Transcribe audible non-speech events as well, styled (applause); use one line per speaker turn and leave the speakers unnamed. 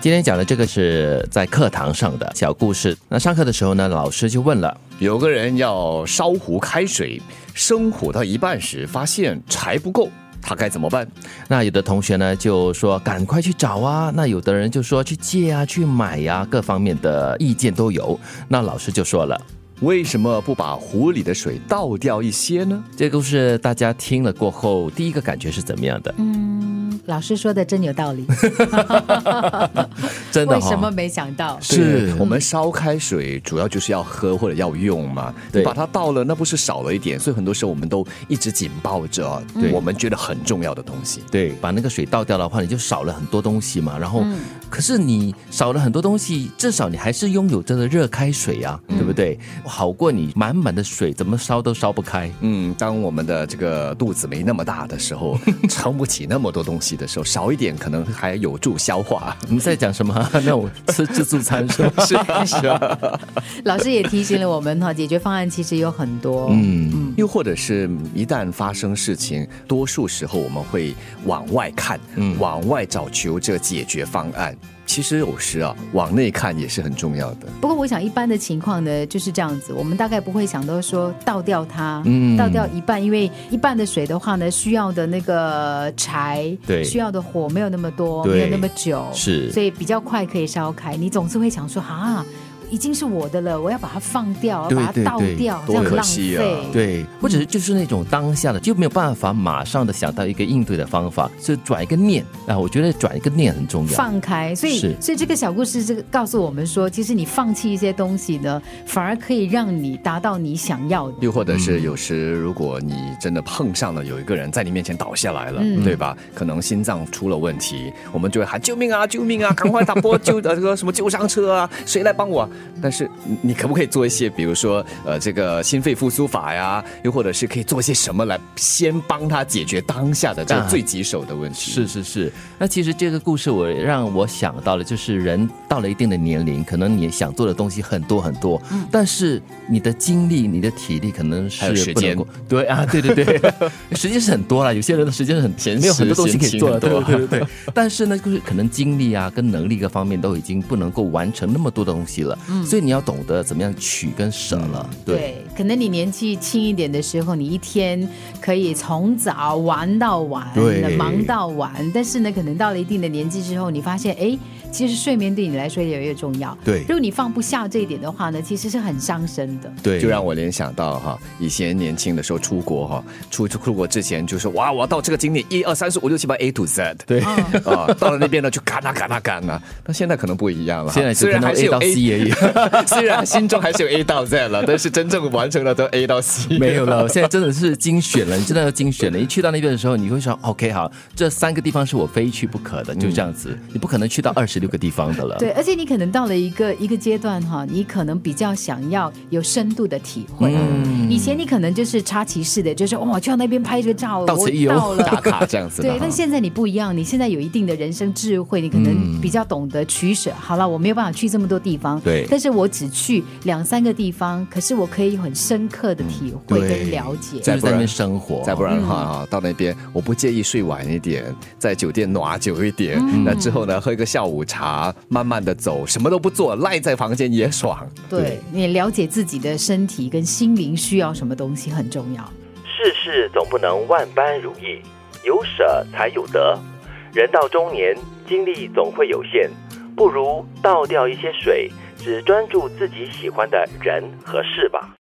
今天讲的这个是在课堂上的小故事。那上课的时候呢，老师就问了，
有个人要烧壶开水，生火到一半时发现柴不够，他该怎么办？
那有的同学呢就说赶快去找啊，那有的人就说去借啊、去买呀、各方面的意见都有。那老师就说了，
为什么不把壶里的水倒掉一些呢？
这个故事大家听了过后，第一个感觉是怎么样的？
嗯，老师说的真有道理，
(laughs) 真的、哦、
为什么没想到？
是
对我们烧开水主要就是要喝或者要用嘛，
对
你把它倒了，那不是少了一点？所以很多时候我们都一直紧抱着啊
对
我们觉得很重要的东西。
对，把那个水倒掉的话，你就少了很多东西嘛。然后，
嗯
可是你少了很多东西，至少你还是拥有着的热开水啊，
嗯
对不对？好过你满满的水怎么烧都烧不开。
嗯，当我们的这个肚子没那么大的时候，撑不起那么多东西的时候，少一点可能还有助消化。
你在讲什么？那我吃自助餐 (laughs) 是吗？是是啊，
老师也提醒了我们哈，解决方案其实有很多。
嗯，
又或者是一旦发生事情，多数时候我们会往外看，
嗯
往外找求这个解决方案。其实有时啊，往内看也是很重要的。
不过我想一般的情况呢就是这样子，我们大概不会想到说倒掉它，
嗯
倒掉一半，因为一半的水的话呢，需要的那个柴，
对
需要的火没有那么多，
对
没有那么久，
是
所以比较快可以烧开。你总是会想说啊，已经是我的了，我要把它放掉，
对
把它
对
倒
对
掉，这
多
样
可
浪
惜啊
费。
对，或者是就是那种当下的就没有办法马上的想到一个应对的方法，就转一个念啊。我觉得转一个念很重要。
放开，所以
是
所以这个小故事这个告诉我们说，其实你放弃一些东西呢，反而可以让你达到你想要的。
又或者是有时，如果你真的碰上了有一个人在你面前倒下来了，
嗯
对吧？可能心脏出了问题，我们就会喊救命啊，救命啊， (laughs) 赶快打波救呃这个什么救伤车啊，谁来帮我啊？但是你你可不可以做一些，比如说呃这个心肺复苏法呀，又或者是可以做些什么来先帮他解决当下的这
当
个
然
最棘手的问题？
是是是，那其实这个故事我让我想到了，就是人到了一定的年龄，可能你想做的东西很多很多，但是你的精力、你的体力可能
嗯还有
是
时
不能
间
够。对啊，对对 (laughs) 对，时间是很多了，有些人的时间是很
闲
没有很多
时
东西
闲
可以
情
做了，
很
对
多
对对对
(laughs)
对。但是呢，就是可能精力啊跟能力各方面都已经不能够完成那么多的东西了，
嗯
所以你要懂得怎么样取跟舍了，对。
对，可能你年纪轻一点的时候，你一天可以从早玩到晚
对，
忙到晚。但是呢，可能到了一定的年纪之后，你发现，哎，其实睡眠对你来说也越重要。
对
如果你放不下这一点的话呢，其实是很伤身的。
对
就让我联想到哈，以前年轻的时候出国哈，出出国之前就说哇，我要到这个景点一二三四五六七八 A to Z，对啊、到了那边呢就嘎啦嘎啦嘎啦。啊那现在可能不一样了哈，
现在只
虽
看到
然还是
A
有
到 C 而已。
(laughs) 虽然心中还是有 A 到 Z 了，但是真正完成了都 A 到 (laughs) C
没有了，我现在真的是精选了，你真的要精选了。一去到那边的时候，你会说 OK 好，这三个地方是我非去不可的，就这样子，你不可能去到二十六个地方的了。
对，而且你可能到了一个一个阶段哈，你可能比较想要有深度的体会。
嗯
以前你可能就是插旗式的，就是哇，去到那边拍一个照，
到
我
此一游
到
打
了。
卡这样子的
对，
哈
但。现在你不一样，你现在有一定的人生智慧，你可
嗯
能比较懂得取舍。好了，我没有办法去这么多地方，
对
但是我只去两三个地方，可是我可以很深刻的体会
嗯对
跟了解。
就是在那边生活，
再不然的话
嗯
啊，到那边我不介意睡晚一点，在酒店暖久一点。
嗯
那之后呢，喝一个下午茶，慢慢的走，什么都不做，赖在房间也爽。
对，你了解自己的身体跟心灵需要什么东西很重要。
世事总不能万般如意，有舍才有得。人到中年，精力总会有限，不如倒掉一些水，只专注自己喜欢的人和事吧。